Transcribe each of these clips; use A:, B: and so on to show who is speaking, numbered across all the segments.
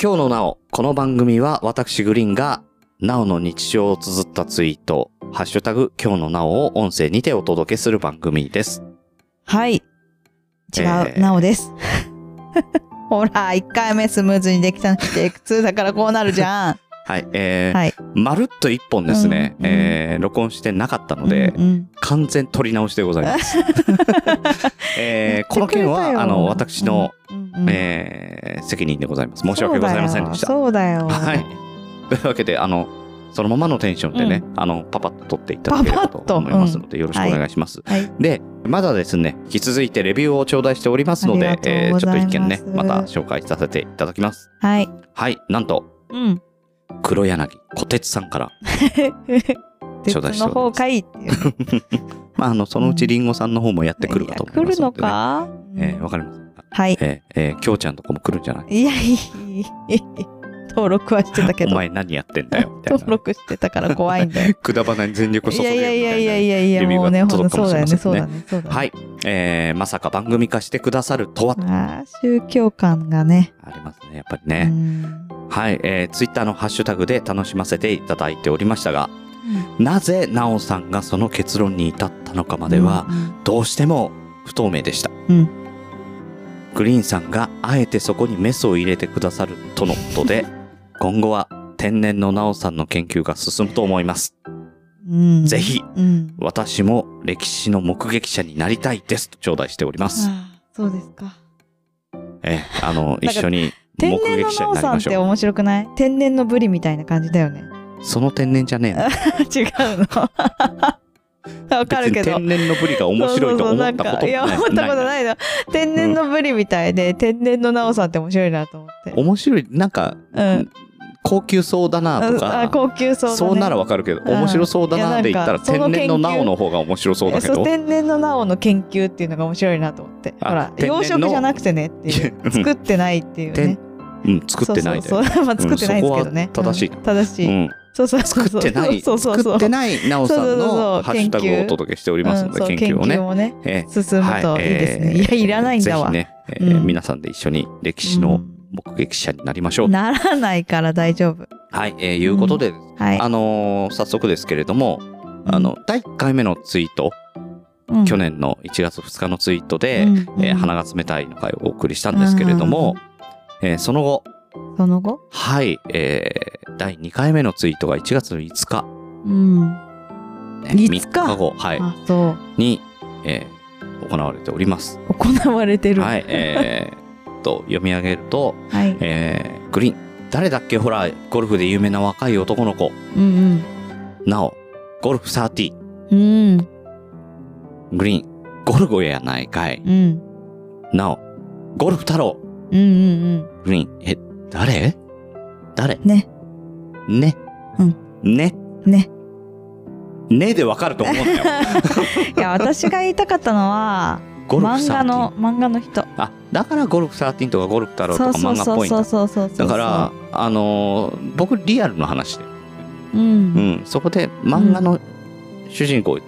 A: 今日のなお、この番組は私グリーンが、なおの日常を綴ったツイート、ハッシュタグ、今日のなおを音声にてお届けする番組です。
B: はい。違う、
A: ー
B: なおです。 ほら、1回目スムーズにできたのにテイク2だからこうなるじゃん。
A: はい、 えー
B: はい
A: まるっと一本ですね、
B: うん
A: えー録音してなかったので、
B: うんうん
A: 完全取り直しでござい ます。えーこの件
B: やってくれたよ
A: は、あの、私の、、
B: うんうんうん
A: えー責任でございます。申し訳ございませんでした。
B: そうだよ。そうだ
A: は
B: よ
A: い。 というわけで、あの、そのままのテンションでね、あの、パパッと撮っていただければ
B: パパ
A: と
B: ッと
A: 思いますので、よろしくお願いします。
B: はいはい
A: で、まだですね、引き続いてレビューを頂戴しておりますの
B: あ
A: で、
B: りがとう
A: ー
B: ご
A: ちょっ
B: ざ
A: と
B: い
A: 一
B: ます
A: 見ね、また紹介させていただきます。
B: はい。
A: はい、なんと、
B: うん。
A: 黒柳小鉄さんから、頂戴
B: 鉄
A: しております
B: の方かいっていう。
A: まあ、あの、そのうちリンゴさんの方もやってくるかと思います
B: いや来るの
A: ので、ね。え
B: か
A: ーわかりますか
B: はい。
A: えー、えー、きょうちゃんとこも来るんじゃない
B: いや、いい。登録はしてたけ
A: お
B: ど。
A: 前何やってんだよ、みたい
B: 登
A: な。
B: 録してたから怖い んだよ。
A: くだばなに全力を
B: い
A: 注ぐよ
B: や
A: み
B: い
A: た
B: や
A: い
B: い
A: な。
B: やいやいやいや、
A: レビュー
B: も
A: が
B: うね、ほんと
A: 届くか
B: そ
A: も
B: う
A: し
B: だ
A: れ
B: よ
A: ませ
B: ね、
A: んね
B: そうだね、そうだね。
A: はい。えー、まさか番組化してくださるとは、
B: あー宗教感がね。
A: ありますね、やっぱり
B: う
A: ね。
B: ん
A: はい。えー、ツイッターのハッシュタグで楽しませていただいておりましたが、なぜ、なおさんがその結論に至ったのかまでは、、どうしても不透明でした。
B: うん
A: グリーンさんがあえてそこにメスを入れてくださるとのこと で、今後は天然のなおさんの研究が進むと思います。
B: うんうん
A: ぜひ、
B: うん
A: 私も歴史の目撃者になりたいですと頂戴しております。
B: あーそうですか。
A: えー、あの、
B: なん
A: 一
B: か
A: 緒に目
B: 天然の
A: 撃者に
B: なお
A: なり
B: さん
A: ま
B: っ
A: しょう
B: て。面白くない天然のブリみたいな感じだよね。
A: その天然じゃねえの。
B: 違うの。 わかるけ
A: 別
B: ど。
A: に天然のブリが面白いと
B: そうそうそう
A: 思
B: な
A: っ
B: ん
A: たこ
B: か
A: ともない
B: いや、思ったこと
A: い。
B: ないの。天然のブリみたいで、天然のなおさんって面白いなと思って。
A: 面白い、なんか、
B: うん。
A: 高級そうだなと
B: あ
A: か、
B: 高級そうだね。
A: そうならわかるけど、
B: うん
A: 面白そうだ
B: いや
A: な
B: な
A: っ
B: んか
A: て言ったら、
B: その
A: 天然の
B: 研究
A: なおの方が面白そうだけ
B: えそ
A: ど
B: う。天然のなおの研究っていうのが面白いなと思ってほ
A: あ
B: ら
A: 天然
B: 養
A: の
B: 殖じゃなくてねって いう作ってないっていうね
A: うん、作ってないで。
B: そうそう そうまあ作ってないですけどね、
A: そこは正しい
B: うん正し
A: う
B: い、
A: ん、
B: そうそうそう
A: 作ってない、
B: そうそうそう
A: 作ってないなおさん
B: そうそうそうそ
A: の
B: う
A: ハッシュタグをお届けしておりますの
B: うんそ
A: で、
B: う
A: 研究を
B: 研究
A: ね。
B: もね
A: え
B: 進むといいですね、
A: えー
B: い、やいらないんだ
A: ぜ
B: わ、
A: ひね、えー
B: うん
A: 皆さんで一緒に歴史
B: う
A: の
B: ん
A: 目撃者になりましょう。
B: ならないから大丈夫
A: はい、えーいうことで、
B: はい
A: あのー早速ですけれども、あの、第1回目のツイート、
B: うん
A: 去年の1月2日のツイートで、
B: うんうん
A: えー鼻が冷たいの回をお送りしたんですけれども、えーその後、
B: その後
A: はい、えー第2回目のツイートが1月の5日、
B: うん、
A: ね
B: 5日
A: 3日後、はい、
B: あそう
A: に、えー行われております。
B: 行われてる
A: はい、えーと、読み上げると、
B: はい
A: えーグリーン。誰だっけほら、ゴルフで有名な若い男の子。
B: うん
A: なお、ゴルフ30。
B: うんうん
A: グリーン。ゴルゴやないかい。
B: うん
A: なお、ゴルフ太郎。
B: うんうん
A: グリーン、え、誰誰
B: ね。
A: ね。
B: うん。
A: ね。
B: うんね
A: ねでわかると思うんだよ。
B: いや私が言いたかったのは
A: ゴルフ
B: 漫画の
A: 13。
B: 漫画の人
A: あ、だからゴルフ13とかゴルフ太郎と
B: そ
A: か
B: うそう
A: 漫画っ
B: そ
A: ぽい
B: う
A: ん
B: そう
A: だ。
B: そうそうそう
A: だから、あのー僕リアルの話で。
B: う
A: うんん。そこで漫画の主人公、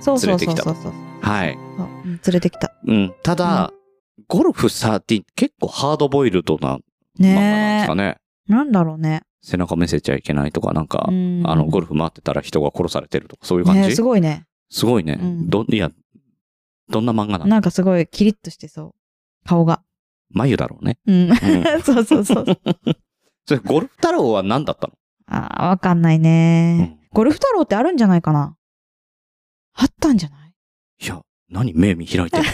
B: そうそうそ
A: 連
B: う
A: れてきた
B: そうそう
A: はい。
B: そううん連れてきた
A: うん。ただ、ゴルフ13結構ハードボイルドな漫画なんです
B: ね
A: かね。
B: えなんだろうね
A: 背中見せちゃいけないとか、なんか、あの、ゴ
B: ル
A: ルフ回ってたら人が殺されてるとか、そういう
B: フ
A: 感じ、
B: ねえすごいね
A: すごいね。
B: うん
A: ど、いや、どんな漫画なの
B: なんかすごいキリッとしてそう顔が
A: 眉だろうね。
B: うん
A: うん。
B: そうそうそ
A: そ
B: う
A: れ、ゴルフ太郎は何だったの
B: あーわかんないうね
A: ん
B: ゴルフ太郎ってあるんじゃないかなあったんじゃない
A: いや、何目見開いて る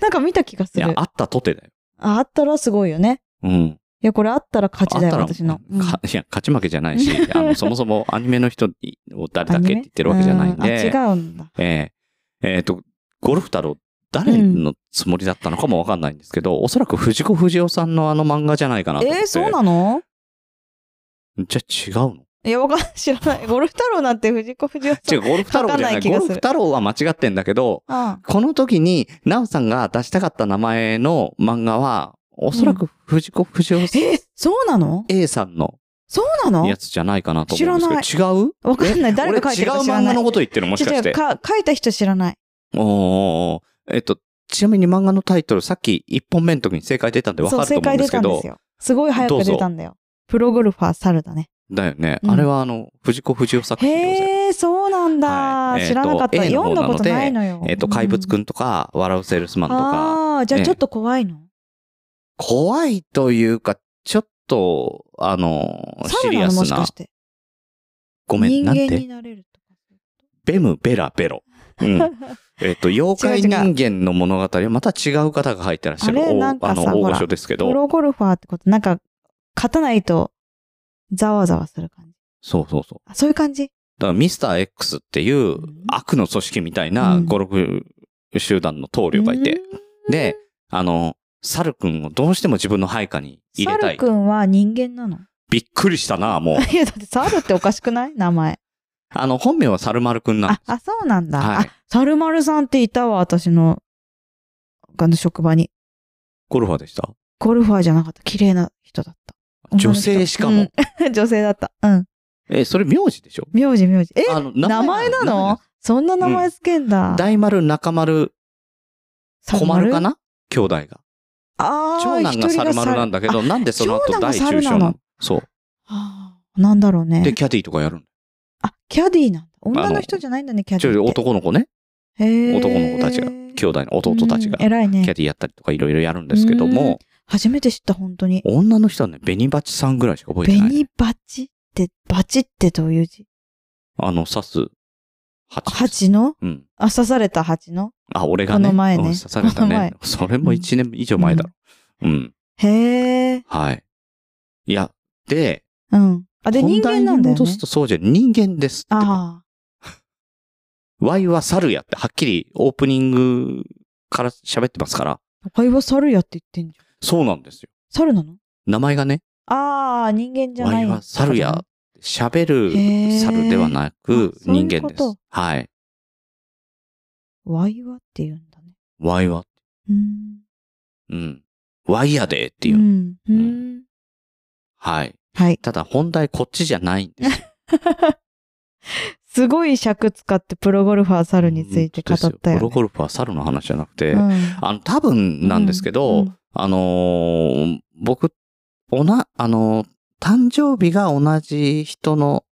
B: なんか見た気がす
A: いや
B: る、
A: あったとてだよ。
B: ああったらすごいよね
A: うん。
B: いやこれあったら勝ちだよ
A: あった
B: 私のうん
A: か いや、勝ち負けじゃない し、あの、そもそもアニメの人を誰だっけって言ってるわけじゃないん
B: アニメ
A: で。
B: うんあ違うんだ
A: えーえーと、ゴルフ太郎、誰のつもりだったのかもわかんないんですけど、おそらく藤子不二雄さんのあの漫画じゃないかなと思って。
B: えー、そうなの
A: じゃあ違うの
B: いや、わかん知らない。ゴルフ太郎なんて藤子不二雄さ
A: 違
B: ん。
A: う、ゴルフ太郎じゃない。
B: わかんない気
A: ゴ
B: がする
A: ルフ太郎は間違ってんだけど、
B: あ
A: この時に、ナオさんが出したかった名前の漫画は、おそらく藤子不二雄さ
B: え
A: ん、
B: ーそうなの
A: A さんの
B: そうなの
A: やつじゃないかなと思うんですけど、違う
B: わかんない。誰が書いてる
A: 俺
B: か
A: 違う
B: 知ら
A: 漫
B: な
A: 画
B: い。
A: のこと言ってるもしかし
B: 違う違
A: て
B: う。。か書いた人知らない。
A: おーおーおーえっと、ちなみに漫画のタイトル、さっき1本目の時に正解出たんで分か
B: そう、
A: ると思う
B: 正
A: ん
B: 解
A: で
B: 出
A: すけ
B: たんで
A: ど
B: す、よ。すごい早く出たんだよ。プロゴルファー猿だね。
A: だよね。
B: うん
A: あれはあの、藤子不二雄作品でございます。
B: へえ、そうなんだ。
A: はい
B: 知らなかった。
A: えーと
B: 読んだことないのよ。
A: えっ、と、怪物く
B: ん
A: んとか、笑うセールスマンとか、
B: ああー、じゃあちょっと怖いの、
A: 怖いというか、ちょっと、あの、シ
B: 猿
A: リ
B: な
A: ア
B: のも
A: ス
B: し
A: な
B: かし。て。
A: ごめん、
B: 人
A: なん
B: 間に
A: て
B: なれるとか。
A: ベム、ベラ、ベ ロ。うん。えっと、妖怪
B: 違う
A: 人
B: 違う
A: 間の物語はまた違う方が入ってらっしゃる。
B: あれ
A: お
B: なんか
A: あの、
B: さ
A: 大
B: ほ
A: 御
B: ら
A: 所ですけ
B: プ
A: ど。
B: ロゴルファーってこと、なんか、勝たないと、ざわざわする感じ。
A: そうそうそう。
B: あ、そういう感じ
A: だからミスター X っていう
B: うん
A: 悪の組織みたいな
B: うん
A: ゴルフ集団の棟梁がいて、
B: うん
A: で、あの、サル君をどうしても自分の配下に入れた
B: 猿
A: い
B: く。んは人間 なの
A: びっくりしたな、 もう。
B: いや、だって猿っておかしくない名前。
A: あの、本名はサルマル君なん
B: あ
A: で、
B: あ、そうなんだ。
A: はい
B: あ、猿丸さんっていたわ、私の、あの職場に。
A: ゴルファーでした
B: ゴルファーじゃなかった。綺麗な人だった。女の
A: 女
B: 人
A: 性しかも。
B: うん。 女性だった。うん。
A: え、それ名字でしょ
B: 名字名字。え
A: あの
B: 名前なのそんな名前つけんだ。
A: 大丸、中丸、小
B: 猿
A: 丸かな兄弟が。
B: ああ、
A: 長男が
B: 一人
A: 猿丸なんだけど、なんでその後
B: 長男が
A: 大中
B: 猿な
A: 小
B: の
A: なのそう。
B: あーなんだろうね
A: で、。キャディーとかやるの。
B: あ、キャディーなんだ。
A: あ
B: 女
A: の
B: の人じゃないんだね、キャ
A: ち
B: ディ
A: ょ、
B: ーって。
A: 男の子ね。
B: へー
A: 男の子たちが、兄弟の弟たちが
B: うん、偉
A: キ
B: い
A: ャ
B: ね。
A: ディーやったりとかいろいろやるんですけども、
B: 初めて知った、本当に。
A: 女の人はね、ベニバチさんぐらいしか覚えてない。
B: 紅バチって、バチってどういう字
A: あの、刺す、蜂です。
B: 蜂の
A: うん。
B: あ、刺された蜂の
A: あ、俺がね。
B: この前ね
A: うん刺された
B: この
A: ね
B: 前。
A: それも1年以上前だろ。うん。
B: へえ。
A: はい。いや、で、
B: うん。あ、で、人
A: 本
B: 間
A: 題に
B: なんだよ
A: 戻
B: ね
A: す。とそうじゃん人間ですって。
B: ああ。
A: ワイは猿やってはっきりオープニングから喋ってますから。
B: 都会は猿やって言ってんじゃん。
A: そうなんですよ。
B: 猿なの
A: 名前がね、
B: ああ、人間じゃ
A: ワ
B: ない。
A: イは猿や、喋
B: へ
A: る
B: ー
A: 猿ではなく
B: あそういう
A: 人
B: こと
A: 間です。はい。
B: ワイはって言うんだね。
A: ワイは、
B: うん。
A: うん。ワイやでっていう。
B: うん。う。
A: うんはい。
B: はい。
A: ただ本題こっちじゃないんですよ。
B: すごい尺使ってプロゴルファー猿について語った
A: 本
B: よ
A: 当です
B: ね。
A: プロゴルファー猿の話じゃなくて、
B: うん
A: あの、多分なんですけど、
B: うん
A: あのー僕、おな、あのー誕生日が同じ人の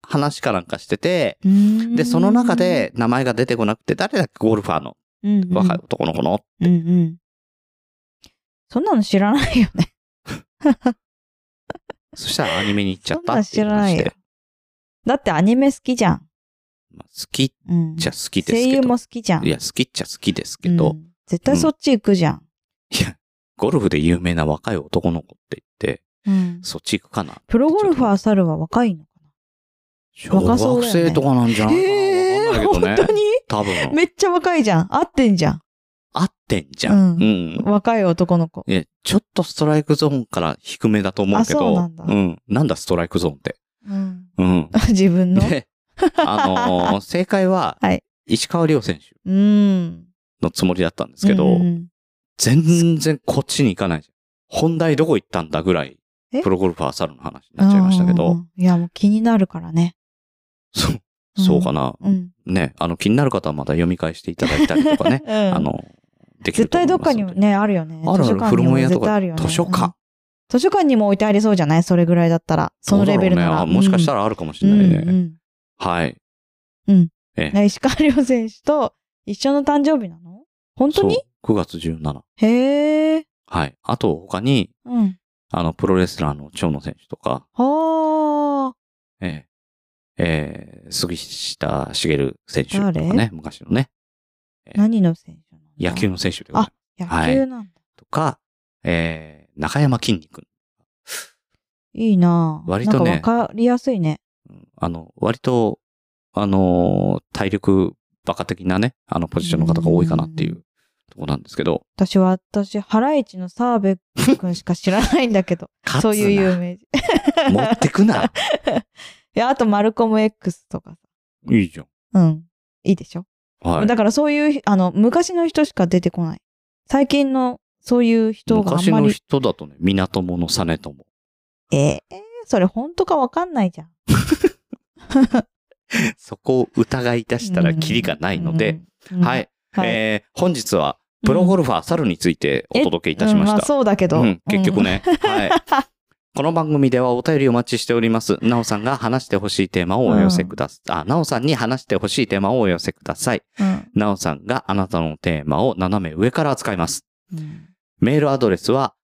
A: 話かなんかしてて、
B: うん
A: で、その中で、名前が出てこなくて、誰だっけゴルファーの
B: うんうん
A: 若い男の子の、
B: うんうん。そんなの知らないよね。
A: そしたらアニメに行っちゃっ
B: そん
A: た
B: な
A: っ
B: の
A: て言
B: 知
A: い
B: ら
A: ま
B: な
A: し
B: いよ
A: て。。
B: だってアニメ好きじゃん。
A: まあ好きっ
B: うん、
A: ちゃ好きですけど。
B: 声優も好きじゃん。
A: いや、好きっちゃ好きですけ
B: うん
A: ど、
B: 絶対そっち行くじゃん。
A: いや、ゴルフで有名な若い男の子って言って、
B: うん
A: そっち行くかな。
B: プロゴルファー猿は若いのか
A: 小
B: 若そう
A: 学
B: だよね
A: 生とかなんじゃ
B: な
A: ないか なわかんないけどね。
B: に
A: 多分。
B: めっちゃ若いじゃん。合ってんじゃん。
A: 合ってんじゃん。
B: うん
A: うん。
B: 若い男の子。
A: え、ちょっとストライクゾーンから低めだと思うけど。
B: あそうなんだ
A: ん。なんだストライクゾーンって。うん。
B: 自分の。
A: で、あ のー正解は
B: はい、
A: 石川遼選手
B: うん。
A: のつもりだったんですけど、
B: うん
A: 全然こっちに行かないじゃん。本題どこ行ったんだぐらい
B: え、
A: プロゴルファー猿の話になっちゃいましたけ
B: うんうん
A: ど、
B: うん。いや、もう気になるからね。
A: そう、
B: うん
A: そうかな。
B: うん。、
A: ね、あの、気になる方はまた読み返していただいたりとかね
B: うん
A: あの、でき
B: 絶
A: ると思
B: 対
A: い
B: どっ
A: ま
B: か
A: す
B: に
A: の
B: も
A: で。
B: ね、あるよね。
A: あるある、
B: 図書館
A: 古
B: にも
A: 本屋と
B: 絶対
A: か、
B: あるよね
A: 図書
B: うん
A: 館。
B: 図書館にも置いてありそうじゃないそれぐらいだったら。そのレベルな
A: どうだろ
B: ら。
A: うねあもしかした
B: ら、
A: らあるかもし
B: うん
A: れ
B: う
A: ない
B: ん
A: ね。
B: うん
A: はい。え
B: ね石川遼選手と一緒の誕生日なの本当に
A: そう ?9 月17。
B: へえ。
A: はい。あと、他に、
B: うん。
A: あの、プロレスラーの長野選手とか、
B: はあ。
A: ええ、ええ杉下茂選手とかね、昔のね、え
B: 何の選手なの
A: 野球の選手でございます
B: 野球なんだ。
A: とか、ええ中山筋肉。
B: いいなあ
A: 割とね
B: なんかわかりやすいね。
A: うんあの、割と、あのー体力バカ的なね、あの、ポジションの方が多いかなっていうとこなんですけど、、
B: 私は、私、ハライチの澤部君しか知らないんだけど
A: 勝つな
B: そういう有名人。い
A: 持ってくな
B: や、あと、マルコム X とかさ。
A: いいじゃん。
B: うん。いいでしょ
A: はい。
B: だからそういう、あの、昔の人しか出てこない。最近の、そういう人があん
A: 昔
B: ま
A: の
B: り。
A: 人だとね、港もの実朝。
B: ええそれ本当かわかんないじゃん。
A: そこを疑い出したらキリがないので、
B: うん、うん
A: はい。
B: はい
A: えー本日はプロゴルファー、猿についてお届けいたしま
B: うん
A: し
B: まあ
A: た。
B: そうだけど。
A: うん、結局ね。 はい。この番組ではお便りお待ちしております。なおさんが話してほしいテーマをお寄せください。あ、なおさんに話してほしいテーマをお寄せください。
B: うん。
A: なおさんがあなたのテーマを斜め上から扱います。
B: うん。
A: メールアドレスは、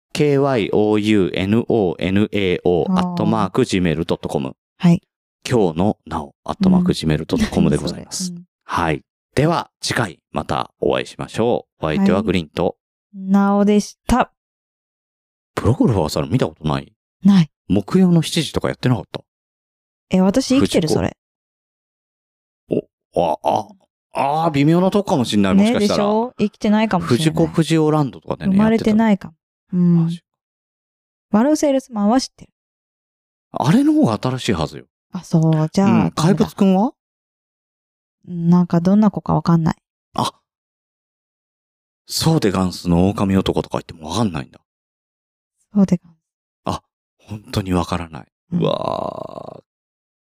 A: kyounonao.gmail.com。
B: はい。
A: 今日のなお、.gmail.com でございます。
B: うん。
A: はい。では、次回またお会いしましょう。お相手は
B: はい
A: グリーンと、
B: なおでした。
A: プロゴルファーさん見たことない
B: ない。
A: 木曜の7時とかやってなかった
B: え、私生きてる
A: 藤子
B: それ。
A: あ、あ、ああ、微妙なとこかもしんない、もし
B: ね
A: かし
B: で
A: た
B: し
A: ら。
B: ょ生きてないかもしれない。
A: 藤子不二雄ランドとかでね。
B: 生まれて
A: い。
B: ないかも。う
A: マ
B: ん。
A: ジ
B: 悪いセールスマンは知ってる。
A: あれの方が新しいはずよ。
B: あ、そう、じ
A: う
B: ゃあ
A: ん。。怪物くんは
B: なんかどんな子かわかんない。
A: そうでガンスの狼男とか言ってもわかんないんだ。
B: そうでか。
A: 本当にわからない。
B: うん
A: うわ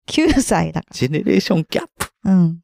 A: ー
B: 9歳だか
A: ジェネレーションギャップ。
B: ら。うん。